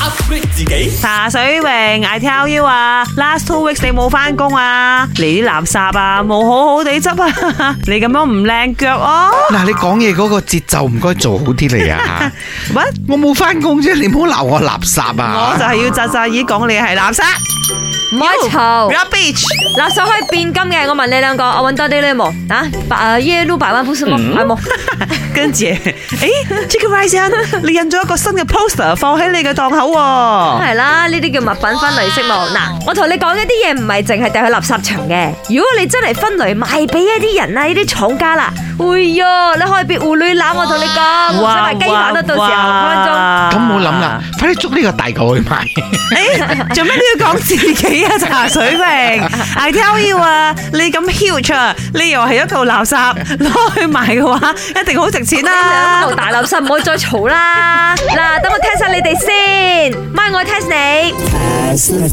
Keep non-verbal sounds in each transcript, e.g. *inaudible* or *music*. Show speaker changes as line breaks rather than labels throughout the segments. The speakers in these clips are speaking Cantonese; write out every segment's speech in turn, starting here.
upgrade 自己。
茶水榮，I tell you 啊，last à. two weeks 你冇翻工啊，你啲垃圾啊冇好好地執 *laughs* 啊，你咁樣唔靚腳哦。
嗱，你講嘢嗰個節奏唔該做好啲嚟啊！
乜？
*laughs* 我冇翻工啫，你唔好鬧我垃圾
我就
啊！
係要扎扎耳講你係垃圾
唔可以
*laughs*
嘈，
，rubbish。
垃圾可以變金嘅。我問你兩個，我揾多啲呢冇啊？白啊耶魯百萬富士冇，係冇。
跟住，誒 j a c k Ryan，你印咗一個新嘅 poster 放喺你嘅檔口
梗
喎。
係啦，呢啲叫物品分類式目。嗱，我同你講一啲嘢唔係淨係掉去垃圾場嘅。如果你真係分類賣俾一啲人啊，呢啲廠家啦，哎喲，你可以變狐狸乸，我同你講，唔使買雞飯啊啦，到時候分分鐘。
咁冇諗
啊
啦，快啲捉呢個大狗去買。 *laughs*
*laughs* 誒，做咩都要講自己啊？茶水榮，I tell you 啊，你咁 huge 啊，你又係一嚿垃 *laughs* 圾攞去賣嘅話，一定好值錢啦
兩。嚿大垃圾唔好再嘈啦！嗱，等我 test 下你哋先，唔係我 test 你。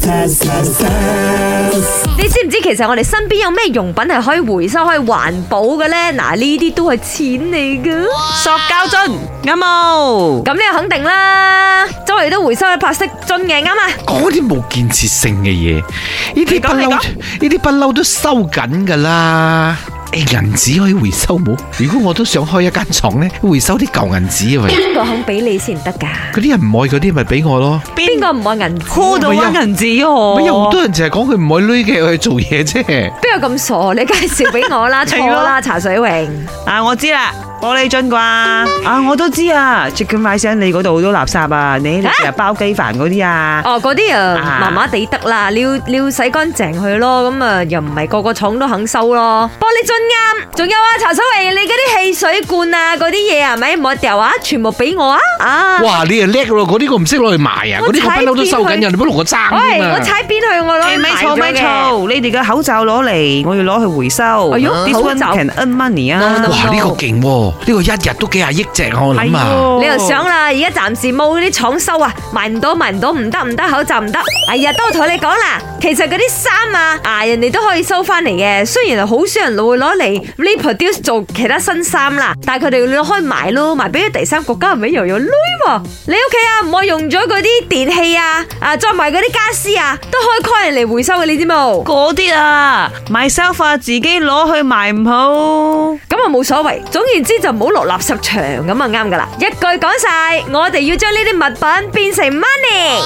你知唔知其實我哋身邊有咩用品係可以回收、可以環保嘅呢？嗱，呢啲都係錢嚟噶，
塑膠樽啱冇？
咁你就肯定啦，周圍都回收嘅白色樽嘅，啱啊！
講啲冇建設性嘅嘢，呢啲不
你
嬲，
講
呢啲不嬲都收緊噶啦。誒，銀紙可以回收冇？如果我都想開一間廠咧，回收啲舊銀紙
*laughs*
啊喂，
邊個肯俾你先得噶？
嗰啲人唔愛嗰啲咪俾我咯。
邊個唔愛銀
鋪
紙？
到揾銀紙喎？
咪有好多人淨係講佢唔愛女嘅去做嘢啫。
啊
邊個咁傻？你介紹俾我啦，錯啦，茶水榮。
啊，我知啦，玻璃樽啩？啊，我都知啊，Chicken Rice Inn，你嗰度好多垃圾啊，你你成日包雞飯嗰啲啊，
*laughs* 哦，嗰啲
啊
啊麻麻地得啦，你要你要洗乾淨佢咯，咁啊又唔係個個廠都肯收咯。玻璃樽啱，仲有啊，茶水榮，你嗰啲汽水罐啊，嗰啲嘢係咪唔好掉啊？全部俾我啊！啊，
哇，你又叻咯，嗰啲我唔識攞去賣啊，嗰
我
啲我
踩
不嬲都收緊
邊去
人，你唔好同我爭
喂，
啊
我
嘛。
踩邊去我攞
誒咪嘈咪
賣咗嘅。
嘈，你哋嘅口罩攞嚟，我要攞去回收。
哎喲
This
口
one
罩
can earn money 啊
No，no，no，
哇，呢個勁喎，呢個一日都幾廿億隻啊我諗啊。
係喎
你又想啦，而家暫時冇啲廠收啊，賣唔到賣唔到，唔得唔得，口罩唔得。哎呀，都同你講啦，其實嗰啲衫啊，啊人哋都可以收翻嚟嘅，雖然好少人會攞嚟 reproduce 做其他新衫啦，但係佢哋攞開賣咯，賣俾啲第三國家咪又有女喎。你屋企啊，唔好用咗嗰啲電器啊，啊再埋嗰啲家私啊，都可以 call 人嚟回收嘅，你知冇？
嗰啲啊，myself 啊，自己攞去賣唔好。
咁啊冇所謂，總言之就唔好落垃圾場咁啊啱噶啦。一句講晒，我哋要將呢啲物品變成 money。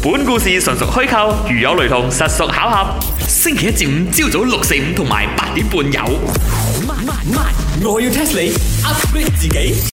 本故事純屬虛構，如有雷同，實屬巧合。星期一至五朝早六四五同埋八點半有。我要 test 你 upgrade 自己。